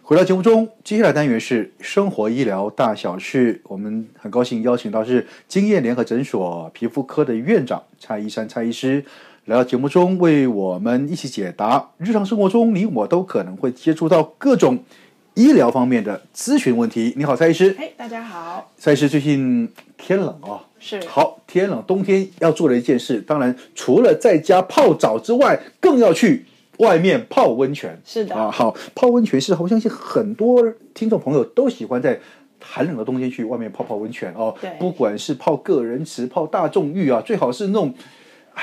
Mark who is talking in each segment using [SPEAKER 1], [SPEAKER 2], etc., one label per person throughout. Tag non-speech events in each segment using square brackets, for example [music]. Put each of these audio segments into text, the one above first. [SPEAKER 1] 回到节目中，接下来单元是生活医疗大小事，我们很高兴邀请到是经验联合诊所皮肤科的院长蔡依山蔡医师。来到节目中，为我们一起解答日常生活中你我都可能会接触到各种医疗方面的咨询问题。你好，蔡医师。
[SPEAKER 2] 嘿，哎大家好，
[SPEAKER 1] 赛事最近天冷哦，
[SPEAKER 2] 是
[SPEAKER 1] 好天冷，冬天要做的一件事，当然除了在家泡澡之外，更要去外面泡温泉。
[SPEAKER 2] 是的
[SPEAKER 1] 啊，好，泡温泉是我相信很多听众朋友都喜欢在。寒冷的冬天去外面泡泡温泉哦
[SPEAKER 2] 对，
[SPEAKER 1] 不管是泡个人池、泡大众浴啊，最好是那种，唉，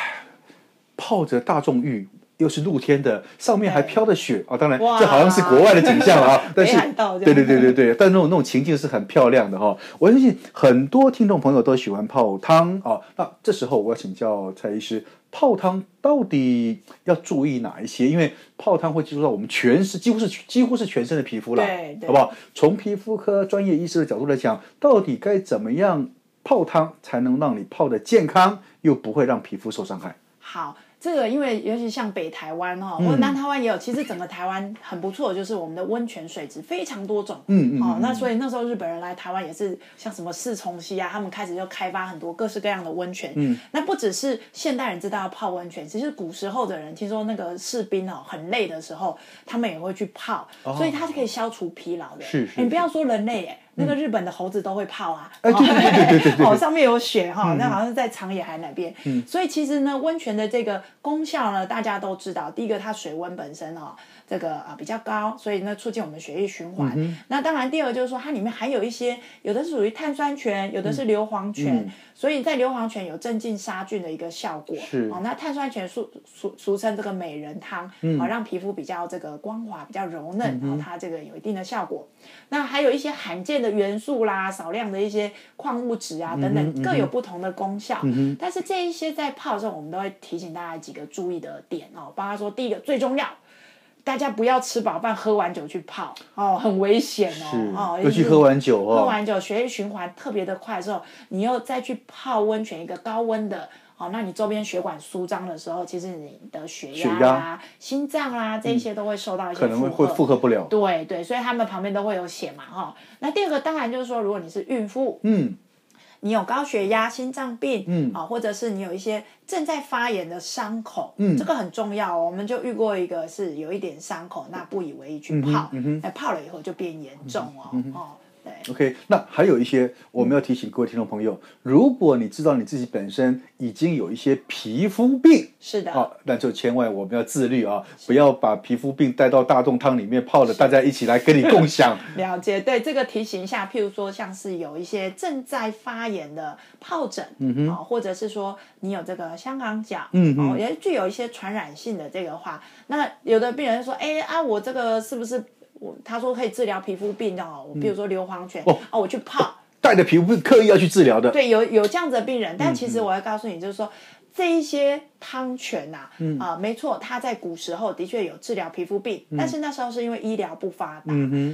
[SPEAKER 1] 泡着大众浴，又是露天的，上面还
[SPEAKER 2] 对
[SPEAKER 1] 飘着雪啊。当然，
[SPEAKER 2] 哇
[SPEAKER 1] 这好像是国外的景象了
[SPEAKER 2] [laughs]
[SPEAKER 1] 啊，但是
[SPEAKER 2] 北海道这样
[SPEAKER 1] 对对对对对，但那种那种情境是很漂亮的哈、我相信很多听众朋友都喜欢泡汤啊、那这时候我要请教蔡医师，泡汤到底要注意哪一些？因为泡汤会接触到我们全身，几乎是几乎是全身的皮肤啦，
[SPEAKER 2] 对对
[SPEAKER 1] 好不好？从皮肤科专业医师的角度来讲，到底该怎么样泡汤才能让你泡的健康，又不会让皮肤受伤害？
[SPEAKER 2] 好。这个因为尤其像北台湾哈、哦，
[SPEAKER 1] 嗯
[SPEAKER 2] 或者南台湾也有，其实整个台湾很不错，就是我们的温泉水质非常多种。
[SPEAKER 1] 嗯嗯
[SPEAKER 2] 哦，
[SPEAKER 1] 嗯
[SPEAKER 2] 那所以那时候日本人来台湾也是像什么四重溪啊，他们开始就开发很多各式各样的温泉。
[SPEAKER 1] 嗯，
[SPEAKER 2] 那不只是现代人知道要泡温泉，其实古时候的人听说那个士兵哦很累的时候，他们也会去泡，
[SPEAKER 1] 哦
[SPEAKER 2] 所以它是可以消除疲劳的。哎
[SPEAKER 1] 是是嗯
[SPEAKER 2] 你不要说人类耶，那个日本的猴子都会泡啊。
[SPEAKER 1] 哎对对对对对对对
[SPEAKER 2] [laughs] 哦，上面有雪哈，那好像是在长野还是哪边？
[SPEAKER 1] 嗯
[SPEAKER 2] 所以其实呢，温泉的这个功效呢，大家都知道。第一个，它水温本身哦，这个啊、呃比较高，所以呢促进我们血液循环。
[SPEAKER 1] 嗯
[SPEAKER 2] 那当然，第二个就是说它里面含有一些，有的是属于碳酸泉，有的是硫磺泉，
[SPEAKER 1] 嗯
[SPEAKER 2] 所以在硫磺泉有镇静杀菌的一个效果。
[SPEAKER 1] 是
[SPEAKER 2] 哦，那碳酸泉俗俗俗称这个美人汤，
[SPEAKER 1] 嗯
[SPEAKER 2] 哦，让皮肤比较这个光滑、比较柔嫩，然后、它这个有一定的效果。那还有一些罕见的元素啦，少量的一些矿物质
[SPEAKER 1] 嗯
[SPEAKER 2] 啊等等，各有不同的功效。但是这一些在泡的时候，我们都会提醒大家几个注意的点哦，包括说第一个最重要。大家不要吃饱饭喝完酒去泡哦，很危险哦。哦，
[SPEAKER 1] 嗯尤其
[SPEAKER 2] 就是
[SPEAKER 1] 喝完酒哦，
[SPEAKER 2] 喝完酒，血液循环特别的快的时候，你又再去泡温泉，一个高温的，哦，那你周边血管舒张的时候，其实你的血压
[SPEAKER 1] 血
[SPEAKER 2] 啦、
[SPEAKER 1] 压嗯
[SPEAKER 2] 心脏啦、这些都会受到一些
[SPEAKER 1] 可能会会负
[SPEAKER 2] 荷。
[SPEAKER 1] 荷不了。
[SPEAKER 2] 对对，所以他们旁边都会有血嘛，哈、那第二个当然就是说，如果你是孕妇，
[SPEAKER 1] 嗯，
[SPEAKER 2] 你有高血压、心脏病，
[SPEAKER 1] 嗯
[SPEAKER 2] 啊、或者是你有一些正在发炎的伤口，
[SPEAKER 1] 嗯
[SPEAKER 2] 这个很重要哦。我们就遇过一个是有一点伤口，那不以为意去泡，
[SPEAKER 1] 嗯哼嗯
[SPEAKER 2] 哎，泡了以后就变严重哦，哦，对。
[SPEAKER 1] OK，那还有一些我们要提醒各位听众朋友，如果你知道你自己本身已经有一些皮肤病，
[SPEAKER 2] 是的，
[SPEAKER 1] 好、那就千万我们要自律啊，不要把皮肤病带到大众汤里面泡了，大家一起来跟你共
[SPEAKER 2] [laughs]
[SPEAKER 1] 享。
[SPEAKER 2] 了解，对这个提醒一下，譬如说像是有一些正在发炎的疱疹，嗯哼、或者是说你有这个香港脚，
[SPEAKER 1] 嗯哼
[SPEAKER 2] 哦，也具有一些传染性的这个话，那有的病人就说，哎啊，我这个是不是我？他说可以治疗皮肤病的哦，我比如说硫磺泉，
[SPEAKER 1] 嗯哦
[SPEAKER 2] 啊，我去泡，
[SPEAKER 1] 带着皮肤病刻意要去治疗的，
[SPEAKER 2] 对，有有这样子的病人，但其实我要告诉你，就是说。这一些汤泉呐、啊，啊、没错，它在古时候的确有治疗皮肤病，但是那时候是因为医疗不发达。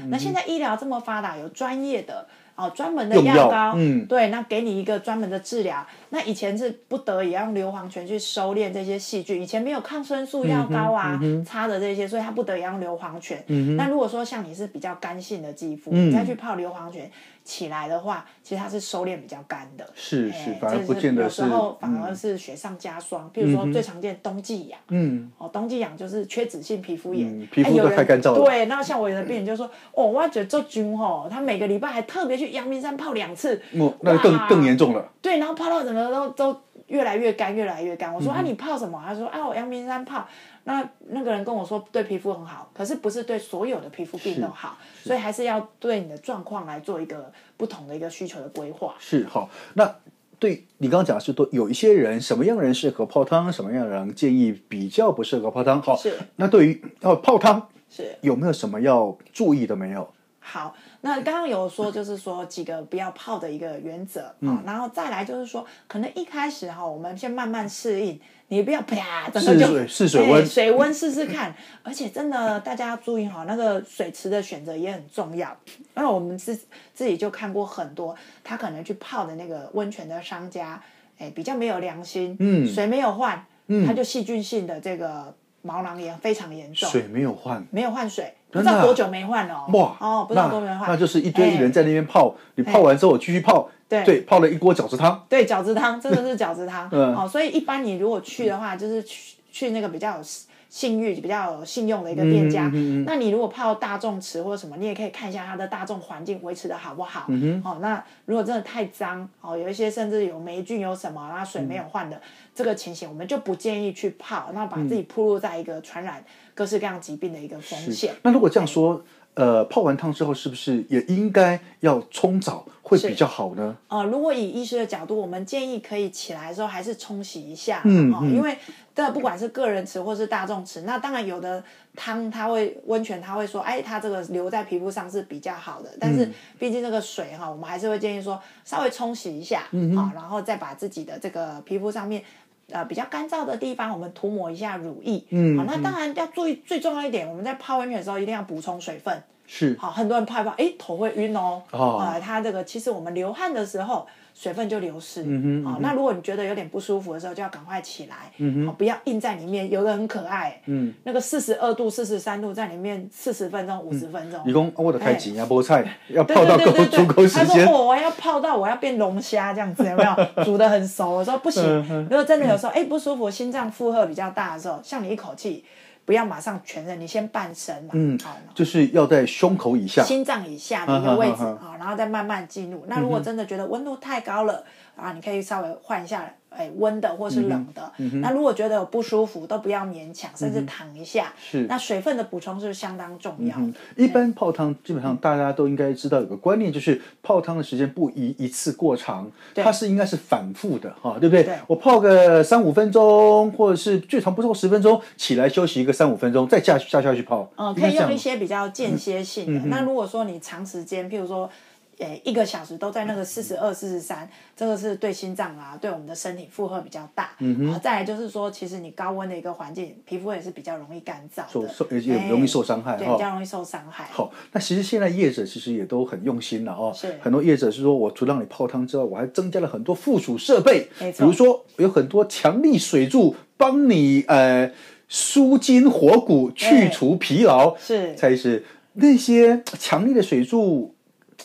[SPEAKER 2] 那现在医疗这么发达，有专业的哦，专门的
[SPEAKER 1] 用药
[SPEAKER 2] 膏，
[SPEAKER 1] 嗯
[SPEAKER 2] 对，那给你一个专门的治疗。那以前是不得已要用硫磺泉去收敛这些细菌，以前没有抗生素药膏
[SPEAKER 1] 嗯
[SPEAKER 2] 啊、擦的这些，所以他不得已要用硫磺泉。那如果说像你是比较干性的肌肤，
[SPEAKER 1] 嗯
[SPEAKER 2] 你再去泡硫磺泉起来的话，其实它是收敛比较干的。
[SPEAKER 1] 是是
[SPEAKER 2] 哎，
[SPEAKER 1] 反而
[SPEAKER 2] 这
[SPEAKER 1] 不见得是
[SPEAKER 2] 有时候反而是雪上加霜。比如说最常见冬季痒，
[SPEAKER 1] 嗯，
[SPEAKER 2] 哦，冬季痒就是缺脂性皮肤炎，
[SPEAKER 1] 嗯皮肤
[SPEAKER 2] 哎有
[SPEAKER 1] 都
[SPEAKER 2] 人
[SPEAKER 1] 太干燥了
[SPEAKER 2] 对，那像我有的病人就说，哦，我觉得这菌哦，他每个礼拜还特别去阳明山泡两次，
[SPEAKER 1] 嗯那那
[SPEAKER 2] 哇
[SPEAKER 1] 更更严重了。
[SPEAKER 2] 对，然后泡到整个呢都都越来越干，越来越干。我
[SPEAKER 1] 嗯
[SPEAKER 2] 说、啊，你泡什么？他说啊，我阳明山泡。那那个人跟我说对皮肤很好，可是不是对所有的皮肤病都好，所以还是要对你的状况来做一个不同的一个需求的规划。
[SPEAKER 3] 是好，那对你刚刚讲的是多有一些人什么样的人适合泡汤，什么样的人建议比较不适合泡汤。好，
[SPEAKER 2] 是
[SPEAKER 3] 那对于要泡汤
[SPEAKER 2] 是
[SPEAKER 3] 有没有什么要注意的没有？
[SPEAKER 2] 好，那刚刚有说就是说几个不要泡的一个原则
[SPEAKER 3] 嗯
[SPEAKER 2] 啊、然后再来就是说，可能一开始哈、我们先慢慢适应，你不要啪，整个
[SPEAKER 3] 试
[SPEAKER 2] 就哎
[SPEAKER 3] 水试水温
[SPEAKER 2] 对水温试试看。而且真的大家要注意哈、那个水池的选择也很重要。那我们自自己就看过很多，他可能去泡的那个温泉的商家，哎，比较没有良心，
[SPEAKER 3] 嗯
[SPEAKER 2] 水没有换，
[SPEAKER 3] 嗯
[SPEAKER 2] 他就细菌性的这个毛囊炎非常严重，
[SPEAKER 3] 水没有换，
[SPEAKER 2] 没有换水，不
[SPEAKER 3] 真
[SPEAKER 2] 知
[SPEAKER 3] 的啊
[SPEAKER 2] 道多久没换了哦。
[SPEAKER 3] 哇，
[SPEAKER 2] 哦，不知道
[SPEAKER 3] 那
[SPEAKER 2] 多久没换，
[SPEAKER 3] 那就是一堆
[SPEAKER 2] 哎
[SPEAKER 3] 人在那边泡，你泡完之后我继续泡，
[SPEAKER 2] 对
[SPEAKER 3] 泡了一锅饺子汤，
[SPEAKER 2] 对饺子汤，真的是饺子汤。
[SPEAKER 3] 嗯
[SPEAKER 2] 哦，所以一般你如果去的话，就是去去那个比较有信誉、比较有信用的一个店家。
[SPEAKER 3] 嗯嗯嗯嗯
[SPEAKER 2] 那你如果泡大众池或者什么，你也可以看一下它的大众环境维持的好不好。
[SPEAKER 3] 嗯
[SPEAKER 2] 哦，那如果真的太脏，哦，有一些甚至有霉菌有什么，然后水没有换
[SPEAKER 3] 嗯
[SPEAKER 2] 的、这个情形，我们就不建议去泡，那把自己暴露在一个传染各式各样疾病的一个风险。
[SPEAKER 3] 那如果这样说，呃，泡完汤之后是不是也应该要冲澡会
[SPEAKER 2] 是
[SPEAKER 3] 比较好呢？
[SPEAKER 2] 呃，如果以医师的角度，我们建议可以起来的时候还是冲洗一下，
[SPEAKER 3] 嗯
[SPEAKER 2] 哦，
[SPEAKER 3] 嗯
[SPEAKER 2] 因为这不管是个人池或是大众池，那当然有的汤它会温泉，它会说，哎，它这个留在皮肤上是比较好的，但
[SPEAKER 3] 嗯
[SPEAKER 2] 是毕竟这个水哈、我们还是会建议说稍微冲洗一下，好、
[SPEAKER 3] 嗯
[SPEAKER 2] 然后再把自己的这个皮肤上面。呃，比较干燥的地方，我们涂抹一下乳液。
[SPEAKER 3] 嗯
[SPEAKER 2] 好、那当然要注意最重要一点，我们在泡温泉的时候一定要补充水分。
[SPEAKER 3] 是
[SPEAKER 2] 好，很多人泡一泡，哎，头会晕哦。
[SPEAKER 3] 哦
[SPEAKER 2] 啊、它这个其实我们流汗的时候，水分就流失。嗯好、那如果你觉得有点不舒服的时候，就要赶快起来。嗯好、不要硬在里面。有的很可爱，嗯，那个四十二度、四十三度在里面四十分钟、五十分钟。
[SPEAKER 3] 你讲啊我的开
[SPEAKER 2] 哎
[SPEAKER 3] 几压
[SPEAKER 2] [laughs]
[SPEAKER 3] 菠菜，要
[SPEAKER 2] 对
[SPEAKER 3] 泡到
[SPEAKER 2] 对
[SPEAKER 3] 够
[SPEAKER 2] 对对对
[SPEAKER 3] 足够时
[SPEAKER 2] 他
[SPEAKER 3] 间
[SPEAKER 2] 说：“，哦，我要泡到我要变龙虾这样子，有没有？
[SPEAKER 3] [laughs]
[SPEAKER 2] 煮的很熟。”我说：“不行。
[SPEAKER 3] 嗯
[SPEAKER 2] 如果真的有时候哎、不舒服，心脏负荷比较大的时候，像你一口气，不要马上全身，你先半身嘛。
[SPEAKER 3] 嗯
[SPEAKER 2] 好，
[SPEAKER 3] 就是要在胸口以下。
[SPEAKER 2] 心脏以下的一个位置
[SPEAKER 3] 嗯嗯嗯
[SPEAKER 2] 啊，然后再慢慢进入。那如果真的觉得温度太高了啊，你可以稍微换一下，哎，温的或是冷的。
[SPEAKER 3] 嗯
[SPEAKER 2] 那如果觉得有不舒服，都不要勉强，甚至躺一下。
[SPEAKER 3] 是
[SPEAKER 2] 那水分的补充是相当重要的。
[SPEAKER 3] 嗯，一般泡汤基本上大家都应该知道有个观念，就是泡汤的时间不宜一次过长，
[SPEAKER 2] 对
[SPEAKER 3] 它是应该是反复的哈、对不对？
[SPEAKER 2] 对
[SPEAKER 3] 我泡个三五分钟，或者是最长不超过十分钟，起来休息一个三五分钟，再下去下下去泡。
[SPEAKER 2] 嗯，
[SPEAKER 3] 应
[SPEAKER 2] 可
[SPEAKER 3] 该
[SPEAKER 2] 以
[SPEAKER 3] 这样嗯
[SPEAKER 2] 用一些比较间歇性的。那如果说你长时间，譬如说，呃，一个小时都在那个四十二、四十三，这个是对心脏啊，对我们的身体负荷比较大。嗯再来就是说，其实你高温的一个环境，皮肤也是比较容易干燥
[SPEAKER 3] 受
[SPEAKER 2] 的，
[SPEAKER 3] 受也也
[SPEAKER 2] 哎
[SPEAKER 3] 容易受伤害
[SPEAKER 2] 对，
[SPEAKER 3] 哈
[SPEAKER 2] 比较容易受伤害。
[SPEAKER 3] 好，那其实现在业者其实也都很用心了哦
[SPEAKER 2] 是。
[SPEAKER 3] 很多业者是说我除了让你泡汤之外，我还增加了很多附属设备，
[SPEAKER 2] 没
[SPEAKER 3] 比
[SPEAKER 2] 错
[SPEAKER 3] 如说有很多强力水柱帮你呃舒筋活骨、去除疲劳。
[SPEAKER 2] 是
[SPEAKER 3] 蔡医师，那些强力的水柱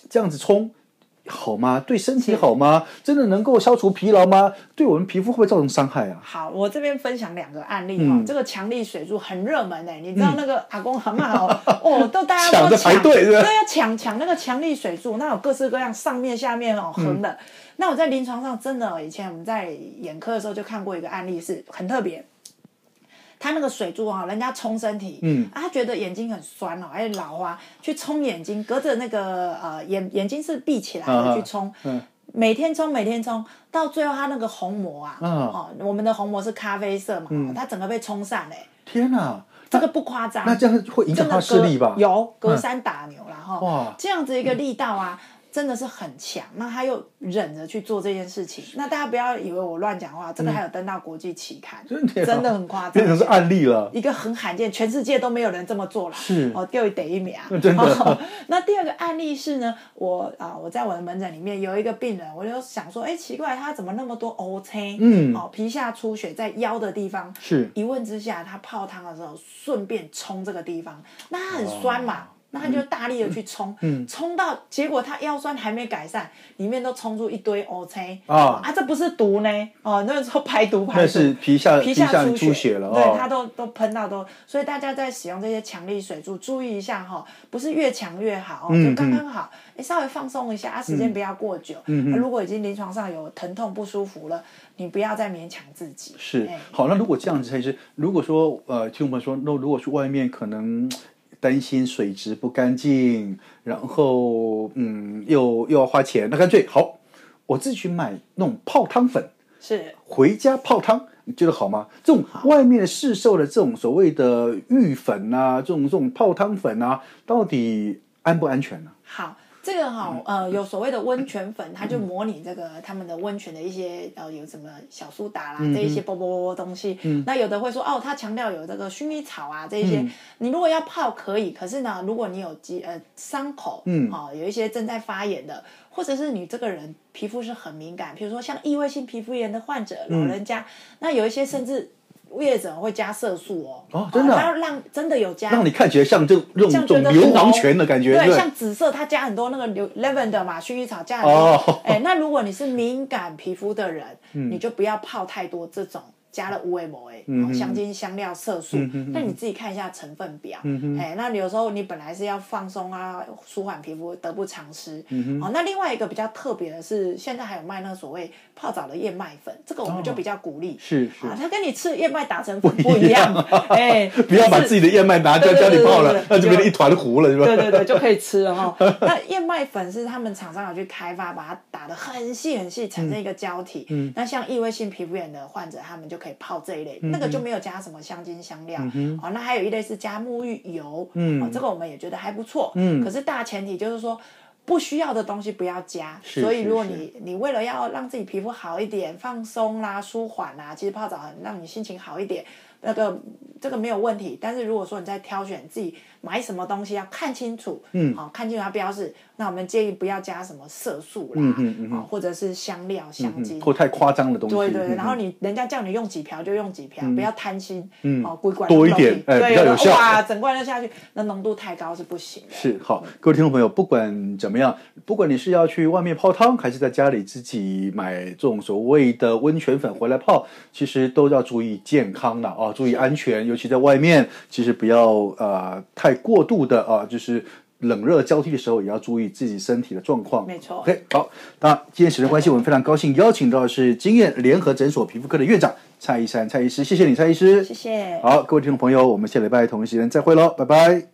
[SPEAKER 3] 这样子冲。好吗？对身体好吗？真的能够消除疲劳吗？对我们皮肤会不会造成伤害啊？
[SPEAKER 2] 好，我这边分享两个案例
[SPEAKER 3] 嗯
[SPEAKER 2] 哈、这个强力水柱很热门诶、你知道那个阿公阿妈哦，哦，都大家
[SPEAKER 3] 抢
[SPEAKER 2] 都
[SPEAKER 3] 着排队是
[SPEAKER 2] 对
[SPEAKER 3] 吧
[SPEAKER 2] 要抢抢那个强力水柱，那有各式各样，上面下面哦
[SPEAKER 3] 嗯
[SPEAKER 2] 横的、那我在临床上真的，以前我们在眼科的时候就看过一个案例是，很特别。他那个水柱哦哈、人家冲身体，
[SPEAKER 3] 嗯
[SPEAKER 2] 啊，他觉得眼睛很酸哦，哎老啊，去冲眼睛，隔着那个呃眼眼睛是闭起来
[SPEAKER 3] 啊
[SPEAKER 2] 的去冲，
[SPEAKER 3] 嗯
[SPEAKER 2] 每天冲每天冲，到最后他那个虹膜啊，
[SPEAKER 3] 嗯
[SPEAKER 2] 哦，我们的虹膜是咖啡色嘛，哦它整个被冲散嘞、
[SPEAKER 3] 天哪，
[SPEAKER 2] 这个不夸张，
[SPEAKER 3] 那这样会影响
[SPEAKER 2] 真的
[SPEAKER 3] 他
[SPEAKER 2] 隔
[SPEAKER 3] 视力吧？
[SPEAKER 2] 有隔
[SPEAKER 3] 嗯
[SPEAKER 2] 山打牛然后
[SPEAKER 3] 哇
[SPEAKER 2] 这样子一个力道啊，真的是很强。那他又忍着去做这件事情，那大家不要以为我乱讲话，这个还有登到国际期刊，
[SPEAKER 3] 嗯真的啊
[SPEAKER 2] 真的很夸张，
[SPEAKER 3] 变成是案例了。
[SPEAKER 2] 一个很罕见，全世界都没有人这么做了。
[SPEAKER 3] 是
[SPEAKER 2] 哦，掉一得一秒。
[SPEAKER 3] [laughs] 真的
[SPEAKER 2] 哦那第二个案例是呢，我啊、我在我的门诊里面有一个病人，我就想说，哎，奇怪，他怎么那么多 O C？
[SPEAKER 3] 嗯
[SPEAKER 2] 哦，皮下出血在腰的地方。
[SPEAKER 3] 是
[SPEAKER 2] 一问之下，他泡汤的时候顺便冲这个地方，那他很酸嘛。那他
[SPEAKER 3] 嗯
[SPEAKER 2] 就大力的去冲，冲到结果他腰酸还没改善，里面都冲出一堆 O C
[SPEAKER 3] 啊
[SPEAKER 2] 啊，这不是毒呢哦，那时候排毒排
[SPEAKER 3] 那
[SPEAKER 2] 毒
[SPEAKER 3] 是皮下
[SPEAKER 2] 皮
[SPEAKER 3] 下
[SPEAKER 2] 出
[SPEAKER 3] 出血了
[SPEAKER 2] 对，它
[SPEAKER 3] 哦。
[SPEAKER 2] 都都喷到都，所以大家在使用这些强力水柱，注意一下哈、不是越强越好、哦，
[SPEAKER 3] 嗯
[SPEAKER 2] 就刚刚好，你稍微放松一下，啊，时间不要过久。嗯如果已经临床上有疼痛不舒服了，你不要再勉强自己。
[SPEAKER 3] 是
[SPEAKER 2] 哎
[SPEAKER 3] 好，那如果这样子，其实如果说呃，听我们说，那如果去外面可能嗯担心水质不干净，然后嗯又又要花钱，那干脆好，我自己去买那种泡汤粉，
[SPEAKER 2] 是，
[SPEAKER 3] 回家泡汤，你觉得好吗？这种外面的市售的这种所谓的玉粉啊，这种这种泡汤粉啊，到底安不安全呢、啊
[SPEAKER 2] 好，这个哈、
[SPEAKER 3] 嗯
[SPEAKER 2] 呃，有所谓的温泉粉，它就模拟这个他们的温泉的一些
[SPEAKER 3] 嗯
[SPEAKER 2] 呃，有什么小苏打啦，这一些啵啵啵啵东西。那有的会说哦，它强调有这个薰衣草啊，这一些、
[SPEAKER 3] 嗯
[SPEAKER 2] 你如果要泡可以，可是呢，如果你有肌呃伤口，
[SPEAKER 3] 嗯
[SPEAKER 2] 哦，有一些正在发炎的，或者是你这个人皮肤是很敏感，比如说像异位性皮肤炎的患者、
[SPEAKER 3] 嗯
[SPEAKER 2] 老人家，那有一些甚至。月子会加色素哦，
[SPEAKER 3] 哦真的啊
[SPEAKER 2] 它要让真的有加，
[SPEAKER 3] 让你看起来像这种这
[SPEAKER 2] 嗯
[SPEAKER 3] 种
[SPEAKER 2] 像
[SPEAKER 3] 这
[SPEAKER 2] 觉
[SPEAKER 3] 种
[SPEAKER 2] 得
[SPEAKER 3] 牛郎拳的感觉，
[SPEAKER 2] 对，
[SPEAKER 3] 对，
[SPEAKER 2] 像紫色它加很多那个牛 lavender 嘛，薰衣草加很
[SPEAKER 3] 哦嗯
[SPEAKER 2] 多。哎、那如果你是敏感皮肤的人，你就不要泡太多这种。加了无为某哎，哦香精、香料、色
[SPEAKER 3] 嗯
[SPEAKER 2] 素，那你自己看一下成分表。哎、那有时候你本来是要放松啊，舒缓皮肤，得不偿失。
[SPEAKER 3] 嗯
[SPEAKER 2] 哦，那另外一个比较特别的是，现在还有卖那个所谓泡澡的燕麦粉，这个我们就比较鼓励。
[SPEAKER 3] 哦是是
[SPEAKER 2] 啊，它跟你吃燕麦打成粉不一样。哎、
[SPEAKER 3] [laughs] 不要把自己的燕麦拿到
[SPEAKER 2] 对
[SPEAKER 3] 家
[SPEAKER 2] 对对
[SPEAKER 3] 里泡
[SPEAKER 2] 对
[SPEAKER 3] 了
[SPEAKER 2] 对，对
[SPEAKER 3] 那就变成
[SPEAKER 2] 就
[SPEAKER 3] 一团糊了，是吧？
[SPEAKER 2] 对对对，就可以吃了 [laughs] 哈。那燕麦粉是他们厂商有去开发，把它打得很细很细，产生一个胶体。嗯，那像异位性皮肤炎的患者，他们就可以泡这一类，那个就没有加什么香精香料。哦，那还有一类是加沐浴油。嗯、哦，这个我们也觉得还不错。嗯，可是大前提就是说。不需要的东西不要加，
[SPEAKER 3] 是
[SPEAKER 2] 所以
[SPEAKER 3] 是
[SPEAKER 2] 如果
[SPEAKER 3] 是
[SPEAKER 2] 你你为了要让自己皮肤好一点、放松啦、舒缓啦，其实泡澡很让你心情好一点，那个这个没有问题。但是如果说你在挑选自己买什么东西，要看清楚，嗯，好、看清楚它标示。那我们建议不要加什么色素啦，
[SPEAKER 3] 嗯嗯嗯
[SPEAKER 2] 啊或者是香料、香精。
[SPEAKER 3] 嗯或太夸张的东西，
[SPEAKER 2] 对对，对
[SPEAKER 3] 嗯
[SPEAKER 2] 然后你人家叫你用几瓢就用几瓢，不要贪心，嗯哦，规管
[SPEAKER 3] 多一点哎比
[SPEAKER 2] 对，
[SPEAKER 3] 较有
[SPEAKER 2] 的
[SPEAKER 3] 效
[SPEAKER 2] 哇，整罐就下去，那浓度太高是不行的。
[SPEAKER 3] 是好，各位听众朋友，不管怎么样，不管你是要去外面泡汤，还是在家里自己买这种所谓的温泉粉回来泡，其实都要注意健康的啊、注意安全，尤其在外面，其实不要呃太过度的啊、就是。冷热交替的时候，也要注意自己身体的状况。
[SPEAKER 2] 没错
[SPEAKER 3] OK，好，那今天时间关系，我们非常高兴邀请到的是经验联合诊所皮肤科的院长蔡医生，蔡医师，谢谢你，蔡医师。
[SPEAKER 2] 谢谢。
[SPEAKER 3] 好，各位听众朋友，我们下礼拜同一时间再会喽，拜拜。